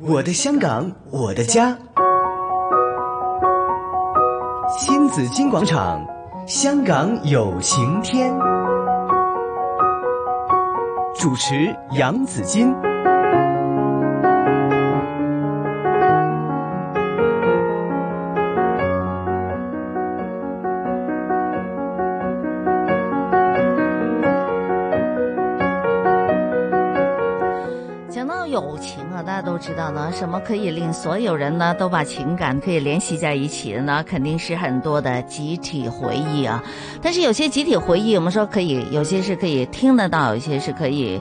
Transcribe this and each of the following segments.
我的香港，我的家。新紫金广场，香港有晴天。主持杨紫金。讲到友情啊，大家都知道呢，什么可以令所有人呢都把情感可以联系在一起的呢？肯定是很多的集体回忆啊。但是有些集体回忆，我们说可以，有些是可以听得到，有些是可以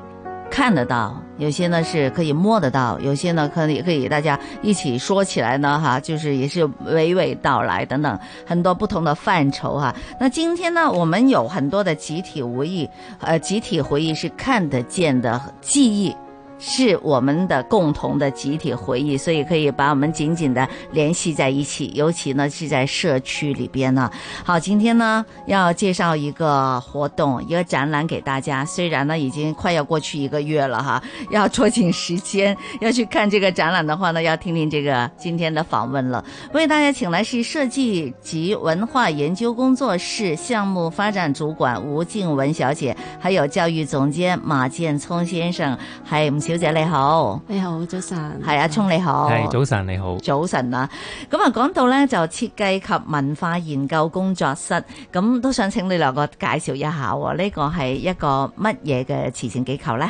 看得到，有些呢是可以摸得到，有些呢可以可以大家一起说起来呢，哈，就是也是娓娓道来等等很多不同的范畴哈、那今天呢，我们有很多的集体回忆，呃，集体回忆是看得见的记忆。是我们的共同的集体回忆，所以可以把我们紧紧的联系在一起。尤其呢是在社区里边呢。好，今天呢要介绍一个活动，一个展览给大家。虽然呢已经快要过去一个月了哈， 要抓紧时间要去看这个展览的话呢，要听听这个今天的访问了。为大家请来是设计及文化研究工作室项目发展主管吴静文小姐，还有教育总监马建聪先生，系吴小姐你好，你好，早晨。系阿聪你好，系早晨你好，早晨啊！咁啊，講到咧就設計及文化研究工作室，咁都想請你兩個介紹一下喎。呢個係一個乜嘢嘅慈善機構咧？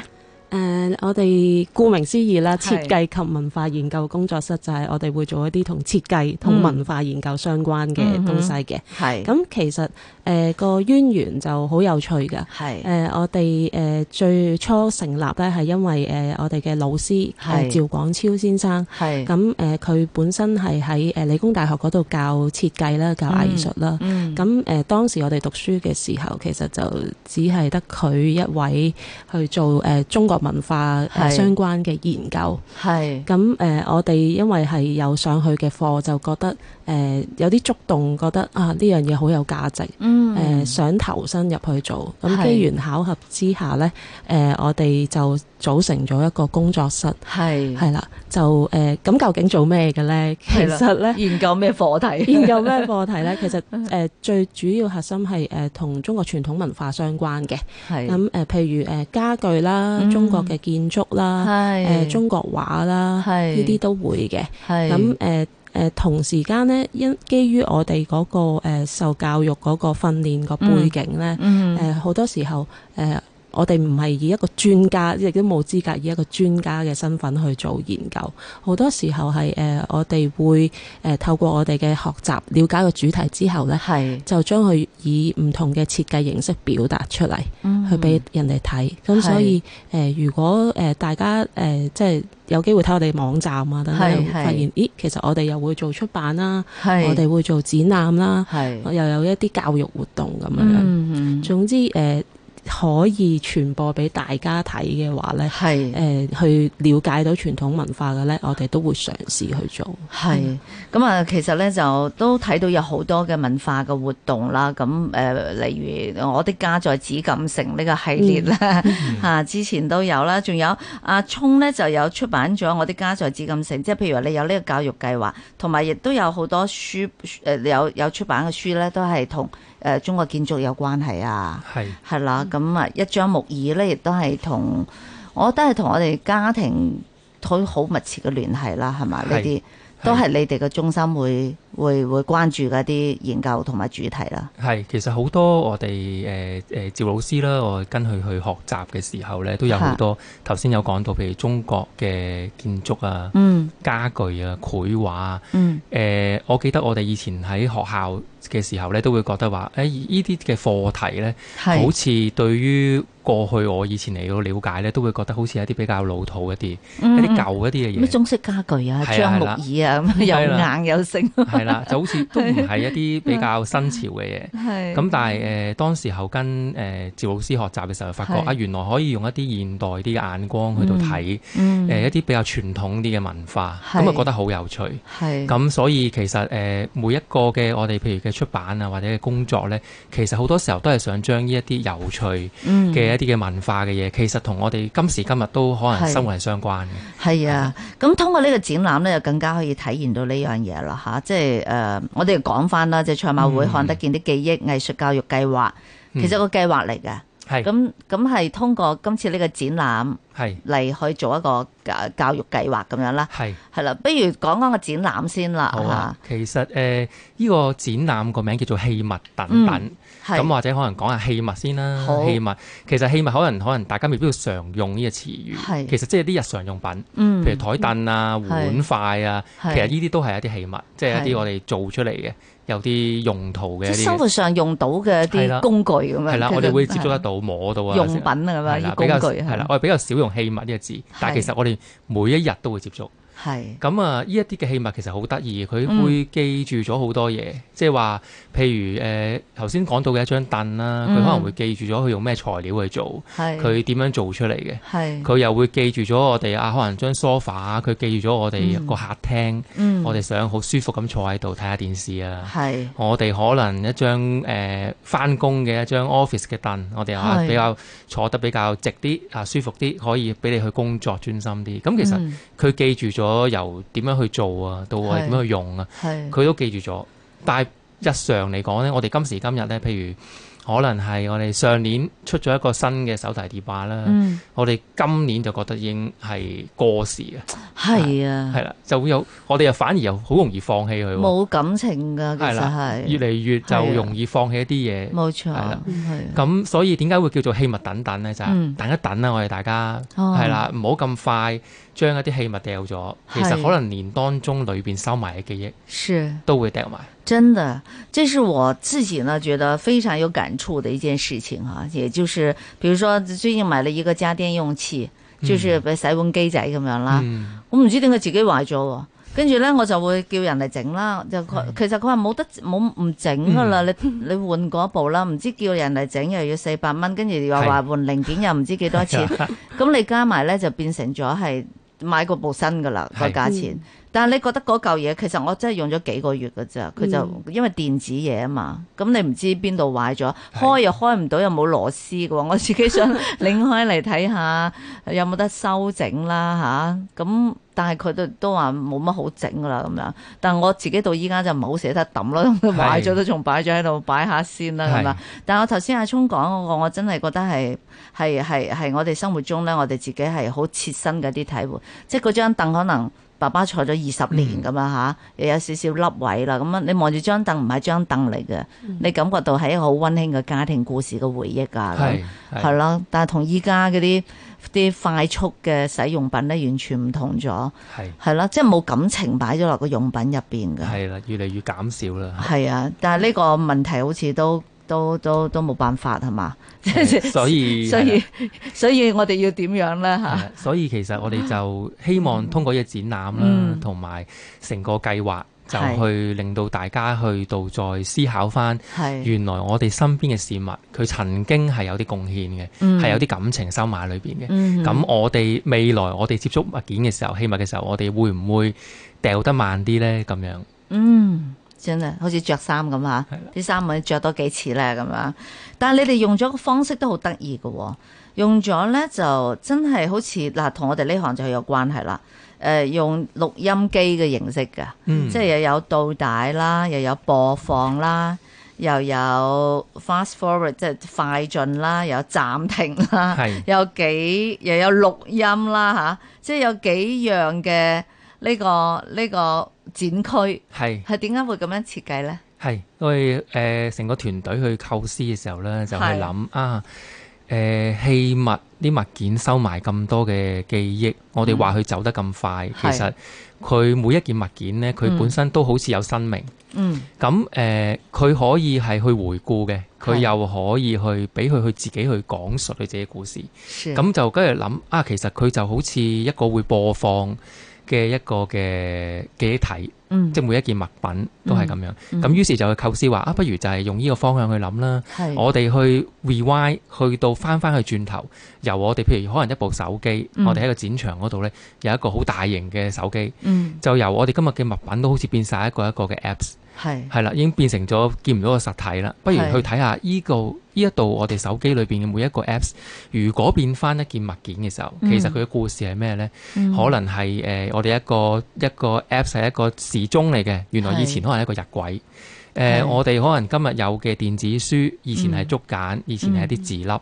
誒、我哋顧名思義啦，係設計及文化研究工作室就係我哋會做一啲同設計同嗯文化研究相關嘅嗯哼東西嘅。係咁、其實誒、個淵源就好有趣㗎。誒、係我哋誒、最初成立咧係因為誒、我哋嘅老師係係趙廣超先生。係咁誒佢本身係喺誒理工大學嗰度教設計啦，教藝術啦。嗯咁誒、呃、當時我哋讀書嘅時候，其實就只係得佢一位去做誒、呃中國文化、呃係相關嘅研究。係咁誒、呃我哋因為係有上去嘅課，就覺得誒、呃有啲觸動，覺得啊呢樣嘢好有價值。誒、嗯想投身入去做，係咁機緣巧合之下呢，誒、我哋就組成咗一個工作室，係係啦，就誒呃咁、究竟做咩嘅呢？其嗯係啦實呢。研究咩課題？研究咩課題 呢？其實誒、呃最主要核心係誒同中國傳統文化相關嘅。咁係誒、呃譬如誒、呃家具啦、嗯中國嘅建築啊啦、誒、係中國畫啦，係呢啲都會嘅。係咁誒誒同時間呢，因基於我哋嗰、個、呃、受教育嗰個訓練個背景呢，嗯誒呃好、多時候誒。呃我哋唔係以一個專家，亦都冇資格以一個專家嘅身份去做研究。好多時候係誒、呃我哋會誒、呃透過我哋嘅學習了解個主題之後呢，係就將佢以唔同嘅設計形式表達出嚟，嗯去俾人哋睇。咁所以誒、呃如果誒、呃大家誒、呃即係有機會睇我哋網站啊，等係等，會係發現咦，其實我哋又會做出版啦，係我哋會做展覽啦，係又有一啲教育活動咁樣。嗯總之誒、呃可以傳播俾大家睇嘅話呢，誒、呃係。去了解到傳統文化嘅呢，我哋都會嘗試去做。係，咁啊，其實咧就都睇到有好多嘅文化嘅活動啦。咁誒、呃例如我的家在紫禁城呢個系列咧，嚇、 之前都有啦。仲有阿聰咧就有出版咗《我的家在紫禁城》，即係譬如話你有呢個教育計劃，同埋亦都有好多書誒、呃有有出版嘅書咧，都係同誒中國建築有關係啊。系係啦，嗯咁啊一張木椅咧，亦都係同，我覺得係同我哋家庭好好密切嘅聯繫啦，係嘛？係呢啲都係你哋嘅中心會會會關注嘅一啲研究同埋主題啦。係，其實好多我哋誒誒趙老師啦，我跟佢去學習嘅時候咧，都有好多頭先有講到，譬如中國嘅建築啊、嗯家具啊、繪畫啊。嗯誒、我記得我哋以前喺學校嘅時候咧，都會覺得話，誒呢啲嘅課題咧，好係似對於過去我以前嚟到了解咧，都會覺得好似係一啲比較老土一啲、嗯一啲嗯舊一啲嘅咩嘢。中式家具啊，係啊張係木啦椅啊，咁係又啦硬又剩，係啦，就好似都唔係一啲比較新潮嘅嘢。係咁但係誒、呃、當時候跟誒、呃、趙老師學習嘅時候，發覺嗯係啊原來可以用一啲現代啲嘅眼光去到睇嗯誒一啲比較傳統啲嘅文化，係嗯咁啊覺得好有趣。係咁所以其實誒、呃每一個嘅我哋譬如嘅嘅出版啊，或者嘅工作呢，其實好多時候都係想將呢一啲有趣嗯嘅一啲嘅文化嘅嘢，其實同我哋今時今日都可能係生活係相關嘅。係啊，咁通過呢個展覽咧，就更加可以體現到呢樣嘢啦吓，即係诶、呃我哋講翻啦，即係賽馬會嗯看得見啲記憶藝術教育計劃，嗯其實個計劃嚟嘅，係咁咁係通過今次呢個展覽係嚟去做一個教教育計劃咁樣啦，係。係啦，不如講講個展覽先啦好啊，其實誒呢、個展覽個名叫做器物等等，咁、啊吓，係或者可能講下器物先啦好。器物其實器物可能可能大家未必要常用呢個詞係語，其實即係啲日常用品，嗯譬如台凳啊、碗筷啊，其係實呢啲都係一啲器物，即係一係啲我哋做出嚟嘅有啲用途嘅即係一生啲活上用到嘅一係啲啦工具咁樣，係啦，其實我哋會接觸得到、摸到啊用品啊咁係樣，啦啲，工比較具啊係啦，，我哋比較少用器物呢個字，但係其實我哋每一日都會接觸。係咁啊，呢一啲嘅器物其實好得意，佢嗯會記住咗好多嘢，即係話，譬如誒頭先講到嘅一張凳啦，佢嗯可能會記住咗佢用咩材料去做，係佢點樣做出嚟嘅，係佢又會記住咗我哋啊，可能張 sofa，佢記住咗我哋嗯個客廳，嗯我哋想好舒服咁坐喺度睇下電視啊。係我哋可能一張誒翻工嘅一張 office 嘅凳，我哋啊係比較坐得比較直啲啊舒服啲，可以俾你去工作專心啲。咁其實嗯佢記住咗由點樣去做啊，到我哋點樣去用啊，係佢都記住咗。但係日常嚟講咧，我哋今時今日咧，譬如可能係我哋上年出咗一個新嘅手提電話啦，嗯我哋今年就覺得已經係過時嘅，係啊，係啦，就會有我哋又反而又好容易放棄佢喎，冇感情噶，其係實啦，越係嚟越係啊就容易放棄一啲嘢。冇錯，係啦係咁所以點解會叫做器物等等咧？就係、嗯等一等啦，我哋大家哦係啦，唔好咁快將一啲器物掉咗。其實係可能連當中裏邊收埋嘅記憶是都會掉埋。真的，這是我自己呢覺得非常有感觸的一件事情哈、也就是比如說最近買了一個家電用器，就是洗碗機仔咁樣啦，嗯，我唔知點解自己壞咗喎。跟住咧，我就會叫人嚟整啦。就佢其實佢話冇得冇唔整噶啦，你你換嗰部啦。唔知叫人嚟整又要四百蚊，跟住又話換零件又唔知幾多錢。咁你加埋咧就變成咗係買個部新噶啦個係價錢。但係你覺得嗰嚿嘢其實我真係用咗幾個月㗎咋，佢就、嗯因為電子嘢啊嘛，咁你唔知邊度壞咗，開又開唔到，又冇螺絲嘅喎， 我自己想擰開嚟睇下有冇得修整啦吓，咁、但係佢哋都話冇乜好整㗎啦咁樣，但係我自己到依家就唔係好捨得抌咯， 壞咗都仲擺咗喺度擺下先啦咁係啦。但係我頭先阿聰講嗰個，我真係覺得係係係係我哋生活中咧，我哋自己係好切身嘅啲體會，即係嗰張凳可能。爸爸坐咗二十年咁嗯啊吓，又有少少凹位啦。咁啊，你望住張凳唔係張凳嚟嘅，嗯你感覺到係一個好温馨嘅家庭故事嘅回憶啊。咁係係係啦，但係同依家嗰啲啲快速嘅使用品咧，完全唔同咗。係係啦，即係冇感情擺咗落個用品入邊嘅。係啦，越嚟越減少啦。係啊，但係呢個問題好似都都都都冇辦法係嘛，係 所以所係啊啦以 啊所以我哋要點樣咧係吓？啦所以其實我哋就希望通過呢個展覽啦嗯，同埋成個計劃就係去令到大家去到再思考翻，係原來我哋身邊嘅事物，佢曾經係有啲貢獻嘅，嗯係有啲感情收埋喺裏邊嘅。嗯咁我哋未來我哋接觸物件嘅時候，器物嘅時候，我哋會唔會掉得慢啲咧？咁樣嗯，真係好似着衫咁吓，啲衫咪着多幾次咧咁樣。但係你哋用咗個方式都好得意嘅喎，用咗咧就真係好似嗱，同我哋呢行就有關係啦。誒、用錄音機嘅形式㗎，嗯即係又有倒帶啦，又有播放啦。又有 fast forward 即係快進啦，又有暫停啦，係有幾又有錄音啦吓、即係有幾樣嘅呢、個呢、個展區係係點解會咁樣設計咧？係，我哋誒成個團隊去構思嘅時候咧，就去係諗啊誒、器物啲物件收埋咁多嘅記憶，我哋話佢走得咁快，其係實佢每一件物件咧，佢嗯本身都好似有生命。嗯，咁誒，呃佢、可以係去回顧嘅，佢係又可以去俾佢去自己去講述佢自己故事。是咁就跟住諗啊，其實佢就好似一個會播放嘅一個嘅記憶體，嗯即係每一件物品都係咁樣。咁、嗯於是就去構思話啊，不如就係用呢個方向去諗啦。係我哋去 rewind，去到翻翻去轉頭，由我哋譬如可能一部手機，嗯我哋喺個展場嗰度呢，有一個好大型嘅手機，嗯就由我哋今日嘅物品都好似變晒一個一個嘅 apps。係係啦，已經變成咗見唔到個實體啦。不如係去睇下依個呢一度我哋手機裏邊嘅每一個 Apps，如果變翻一件物件嘅時候，嗯其實佢嘅故事係咩呢？嗯可能係誒、呃我哋一個一個 Apps 係一個時鐘嚟嘅，原來以前係可能係一個日晷。誒、係我哋可能今日有嘅電子書，以前係嗯竹簡，以前係一啲字粒。係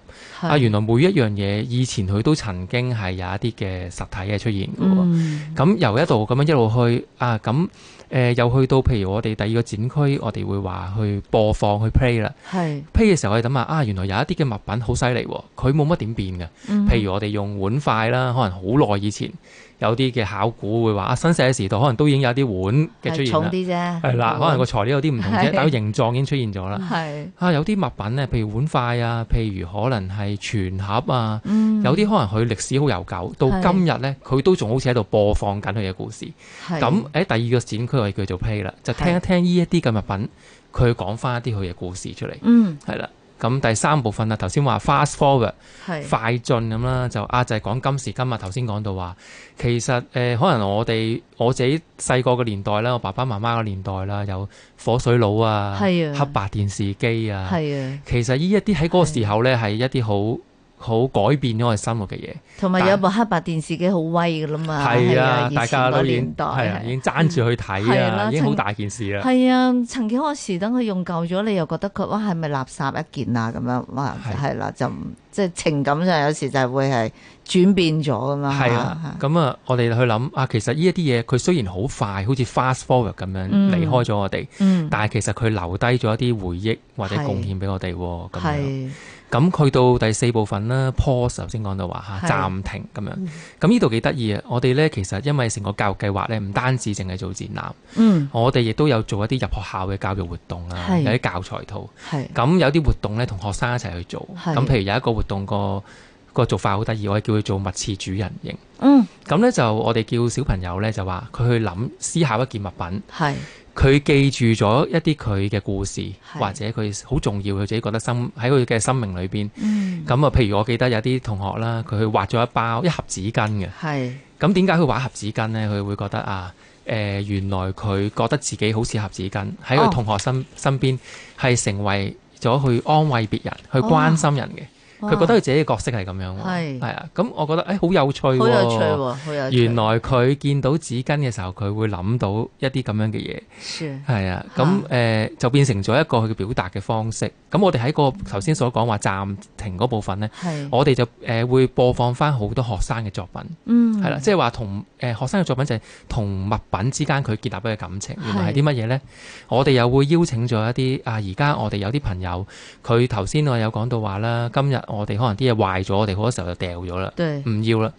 啊，原來每一樣嘢以前佢都曾經係有一啲嘅實體嘅出現嘅喎。嗯咁、由一度咁樣一路去啊，咁誒、呃又去到譬如我哋第二個展區，我哋會話去播放去 play 啦。係 play 嘅時候，我哋諗下啊，原來有一啲嘅物品好犀利喎，佢冇乜點變嘅。嗯譬如我哋用碗筷啦，可能好耐以前有啲嘅考古會話啊，新石器時代可能都已經有啲碗嘅出係現重啦。啲啫，嗯係啦，可能個材料有啲唔同啫係，但係個形狀已經出現咗 啦。係啊，有啲物品咧，譬如碗筷啊，譬如可能係全盒啊，嗯有啲可能佢歷史好悠久，係到今日咧，佢都仲好似喺度播放緊佢嘅故事。係咁喺第二個展區我哋叫做 play 啦，就聽係一聽呢一啲嘅物品，佢講翻一啲佢嘅故事出嚟，嗯係啦。咁第三部分啦，頭先話 fast forward 係快進咁啦，就啊就係、講今時今日頭先講到話，其實誒、呃可能我哋我自己細個嘅年代啦，我爸爸媽媽嘅年代啦，有火水佬啊，係啊黑白電視機啊，係啊，其實呢一啲喺嗰個時候咧，係一啲好好改變咗我哋生活嘅嘢。同埋但有部黑白電視機好威噶啦嘛，係啊，以大前家嗰都已年經代嗯係啊，已經爭住去睇係啦啊，已經好曾大件事啦。係啊，曾幾何時等佢用夠咗，你又覺得佢哇係咪垃圾一件啊咁樣，哇係係啦，就唔即係情感上有時就係會係轉變咗噶嘛，係啦啊，，咁啊，我哋去諗啊，其實呢一啲嘢佢雖然好快，好似 fast forward 咁樣嗯離開咗我哋，嗯，但係其實佢留低咗一啲回憶或者係貢獻俾我哋喎。咁樣，係咁去到第四部分啦，pause 頭先講到係話嗯嚇暫停咁樣。咁呢度幾得意啊！我哋咧其實因為成個教育計劃咧，唔單止淨係做展覽。嗯我哋亦都有做一啲入學校嘅教育活動啊啦，係有啲教材套。係咁有啲活動咧，同學生一齊去做。係咁譬如有一個活動個個做法好得意，我哋叫佢做物次主人型。嗯咁咧就我哋叫小朋友咧就話佢去諗思考一件物品，係佢記住咗一啲佢嘅故事係或者佢好重要，佢自己覺得生喺佢嘅生命裏邊。嗯咁啊，譬如我記得有啲同學啦，佢去畫咗一包一盒紙巾嘅。係咁點解佢玩盒紙巾呢？佢會覺得啊，誒、原來佢覺得自己好似盒紙巾喺哦佢同學身、身邊係成為咗去安慰別人、去關心人嘅。佢、覺得佢自己嘅角色係咁樣哦係喎，係啊。咁我覺得誒好、有趣喎、好有趣喎，好有趣，原來佢見到紙巾嘅時候，佢會諗到一啲咁樣嘅嘢，是係啊，嚇咁誒、就變成咗一個佢嘅表達嘅方式。咁我哋喺個頭先所講話暫停嗰部分呢，係我哋就誒、會播放翻好多學生嘅作品。嗯係啦，即係話同誒學生嘅作品就係同物品之間佢建立嘅感情，原來係啲乜嘢呢？我哋又會邀請咗一啲啊，而家我哋有啲朋友，佢頭先我有講到話啦，今日我哋可能啲嘢壞咗，我哋好多時候就掉咗啦，對唔要啦。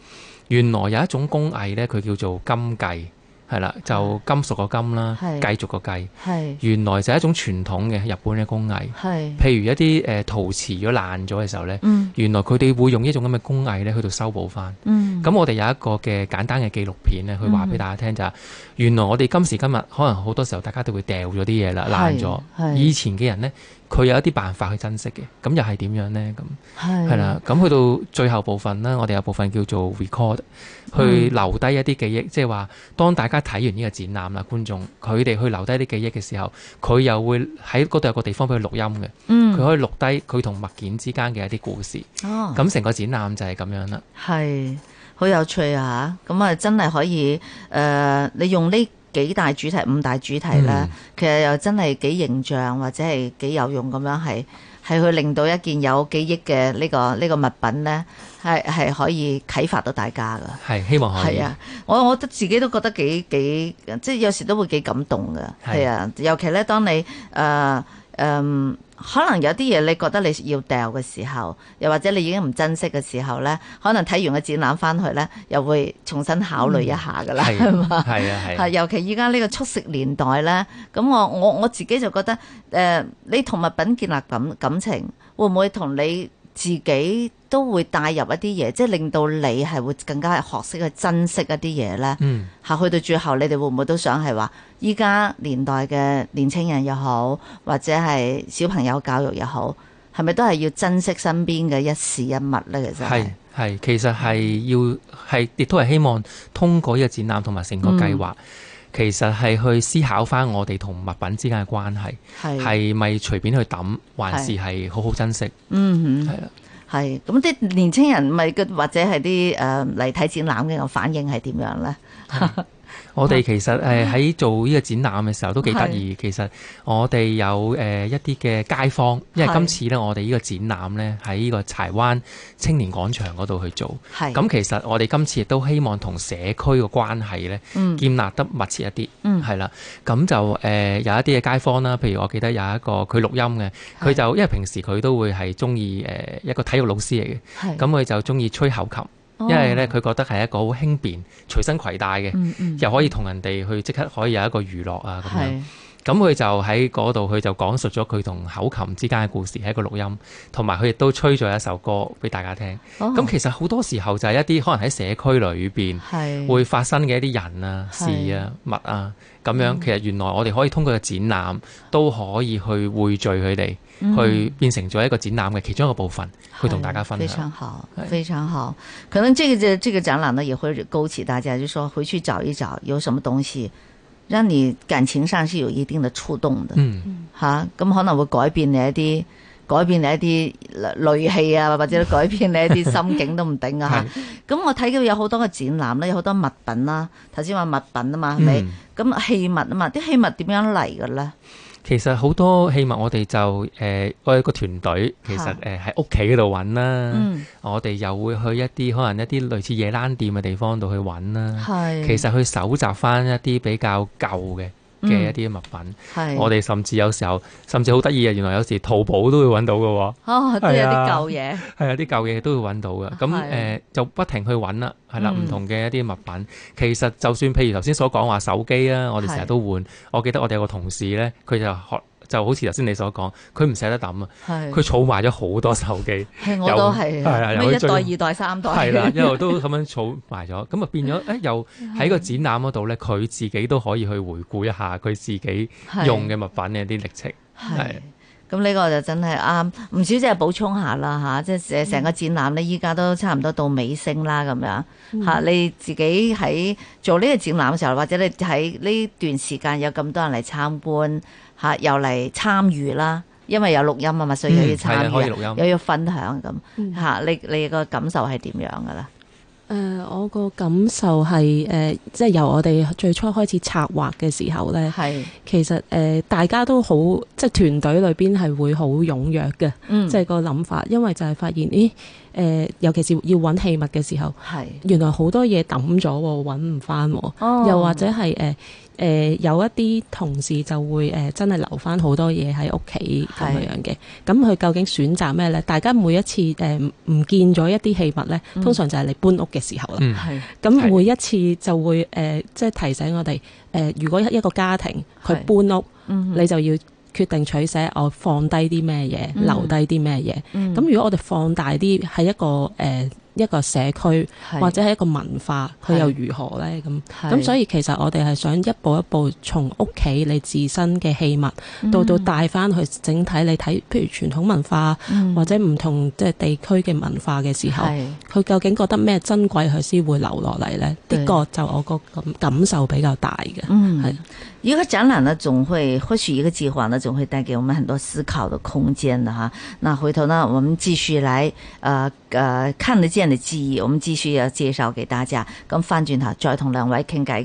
原來有一種工藝呢，佢叫做金繼，係啦，就金屬個金啦，係繼續個繼，係原來就係一種傳統嘅日本嘅工藝。係譬如一啲誒陶瓷咗爛咗嘅時候呢，嗯原來佢哋會用呢種咁嘅工藝呢去到修補翻。嗯咁我哋有一個嘅簡單嘅紀錄片咧，去話俾大家聽就係、原來我哋今時今日可能好多時候大家都會掉咗啲嘢啦，啊爛咗。係以前嘅人咧，佢有一啲辦法去珍惜嘅，咁又係點樣咧？咁係係啦，咁去到最後部分啦，我哋有部分叫做 record，去嗯留低一啲記憶，即係話當大家睇完呢個展覽啦，觀眾佢哋去留低啲記憶嘅時候，佢又會喺嗰度有個地方俾佢錄音嘅，佢嗯可以錄低佢同物件之間嘅一啲故事。哦咁成個展覽就係咁樣啦。係好有趣啊！咁啊，真係可以誒、呃你用呢幾大主題、五大主題咧，嗯其實又真係幾形象或者係幾有用咁樣，係係去令到一件有記憶嘅呢、個呢、個物品咧，係係可以啟發到大家噶。係希望可以係。啊，我我覺得自己都覺得幾幾，即係有時都會幾感動嘅。係係啊，尤其咧，當你誒誒、呃嗯可能有啲嘢你覺得你要掉嘅時候，又或者你已經唔珍惜嘅時候咧，可能睇完個展覽翻去咧，又會重新考慮一下㗎啦，係係嘛、係啊係係，啊，尤其依家呢個速食年代咧，咁我我我自己就覺得，誒、你同物品建立感感情，會唔會同你自己都會帶入一啲嘢，即係令到你係會更加係學識去珍惜一啲嘢咧？嗯嚇，去到最後，你哋會唔會都想係話，依家年代嘅年青人又好，或者係小朋友教育又好，係咪都係要珍惜身邊嘅一事一物咧？其實係嗯係，其實係要係亦都係希望通過呢個展覽同埋成個計劃。其實係去思考翻我哋同物品之間嘅關係，係係咪隨便去抌，還是係好好珍惜？嗯係哼，啦，係咁啲年青人咪個或者係啲誒嚟睇展覽嘅個反應係點樣咧？我啊哋其實嗯誒喺做呢個展覽嘅時候都幾得意。其實我哋有誒、呃一啲嘅街坊，因為係今次咧我哋呢個展覽咧喺呢個柴灣青年廣場嗰度去做。係咁其實我哋今次亦都希望同社區嘅關係咧嗯建立得密切一啲，嗯係啦、咁就誒、呃有一啲嘅街坊啦，譬如我記得有一個佢錄音嘅，係佢就因為平時佢都會係中意誒一個體育老師嚟嘅，係咁佢就中意吹口琴，哦因為咧佢覺得係一個好輕便、隨身攜帶嘅，嗯嗯又可以同人哋去即刻可以有一個娛樂啊咁樣。係咁佢就喺嗰度，佢就講述咗佢同口琴之間嘅故事，係一個錄音，同埋佢亦都吹咗一首歌俾大家聽。哦咁其實好多時候就係一啲可能喺社區裏邊係會發生嘅一啲人啊、事係啊、物啊咁嗯樣，其實原來我哋可以通過個展覽都可以去匯聚佢哋，嗯去變成咗一個展覽嘅其中一個部分，去同大家分非享。常好，哎非常好。可能这个这这个展览呢，也会勾起大家，就说回去找一找有什么东西，让你感情上是有一定的触动的嗯，吓。咁、可能會改變你一啲。改變你一啲戾氣啊，或者改變你一啲心境都唔定啊係嚇。咁我睇到有好多嘅展覽咧，有好多物品啦。頭先話物品啊嘛，係咪嗯？咁器物啊嘛，啲器物點樣嚟嘅咧？其實好多器物我哋就誒、呃我有個團隊，其實嚇誒喺屋企嗰度揾啦，嗯，我哋又會去一啲可能一啲類似夜冷店嘅地方度去揾啦。係。嗯其實去搜集翻一啲比較舊嘅嘅一啲物品。嗯係我哋甚至有時候，甚至好得意啊！原來有時淘寶都會揾到嘅喎，哦，都有係啲啊舊嘢。係啊，啲舊嘢都會揾到嘅。咁誒、啊係呃就不停去揾啦，係啦，唔、嗯同嘅一啲物品。其實就算譬如頭先所講話手機啊，我哋成係日都換。我記得我哋有個同事咧，佢就學就好似頭先你所講，佢唔捨得抌啊，係佢儲埋咗好多 手機，係我都係有係啊咩有一啲最代、二代、三代，係啦，一路都咁樣儲埋咗，咁啊 變咗誒又喺個展覽嗰度咧，佢自己都可以去回顧一下佢自己係用嘅物品嘅啲歷程。係係。咁呢個就真係啱，吳小姐補充下啦吓，即嗯係呃成個展覽呢，依家都差唔多到尾聲啦咁嗯樣吓。你自己喺做呢個展覽嘅時候，或者你喺呢段時間有咁多人嚟參觀吓，又嚟參與啦，因為有錄音啊嘛，所以又要嗯係啊參可以與啊錄，音又要分享咁嗯吓。你你個感受係點樣噶啦？誒、嗯呃我個感受係誒、呃即係由我哋最初開始策劃嘅時候呢，係，其實誒、呃大家都好，即係團隊裏邊係會好踴躍嘅，嗯，即係個諗法，因為就係發現，咦誒、尤其是要揾器物嘅時候，係，原來好多嘢抌咗喎，揾唔翻喎。哦又或者係誒誒有一啲同事就會誒、呃真係留翻好多嘢喺屋企咁樣樣嘅，咁佢究竟選擇咩呢？大家每一次誒唔、唔見咗一啲器物呢，嗯通常就係你搬屋嘅時候啦。嗯，係咁係每一次就會誒、呃即係提醒我哋誒、呃如果一個家庭佢係搬屋，嗯你就要決定取捨，我放低啲咩嘢，嗯留低啲咩嘢。嗯咁、如果我哋放大啲，係一個誒、呃一個社區係或者係一個文化，佢係又如何呢？咁係咁所以其實我哋係想一步一步從屋企你自身嘅器物，嗯到到帶翻去整體你睇，譬如傳統文化嗯或者唔同即係地區嘅文化嘅時候，係佢究竟覺得咩珍貴，佢先會留落嚟呢？對呢個就我個感感受比較大嘅。嗯係，一个展览呢，总会或许一个计划呢，总会带给我们很多思考的空间的哈。那回头呢，我们继续来呃呃看得见的记忆，我们继续要介绍给大家。咁翻转头再同两位倾偈嘅。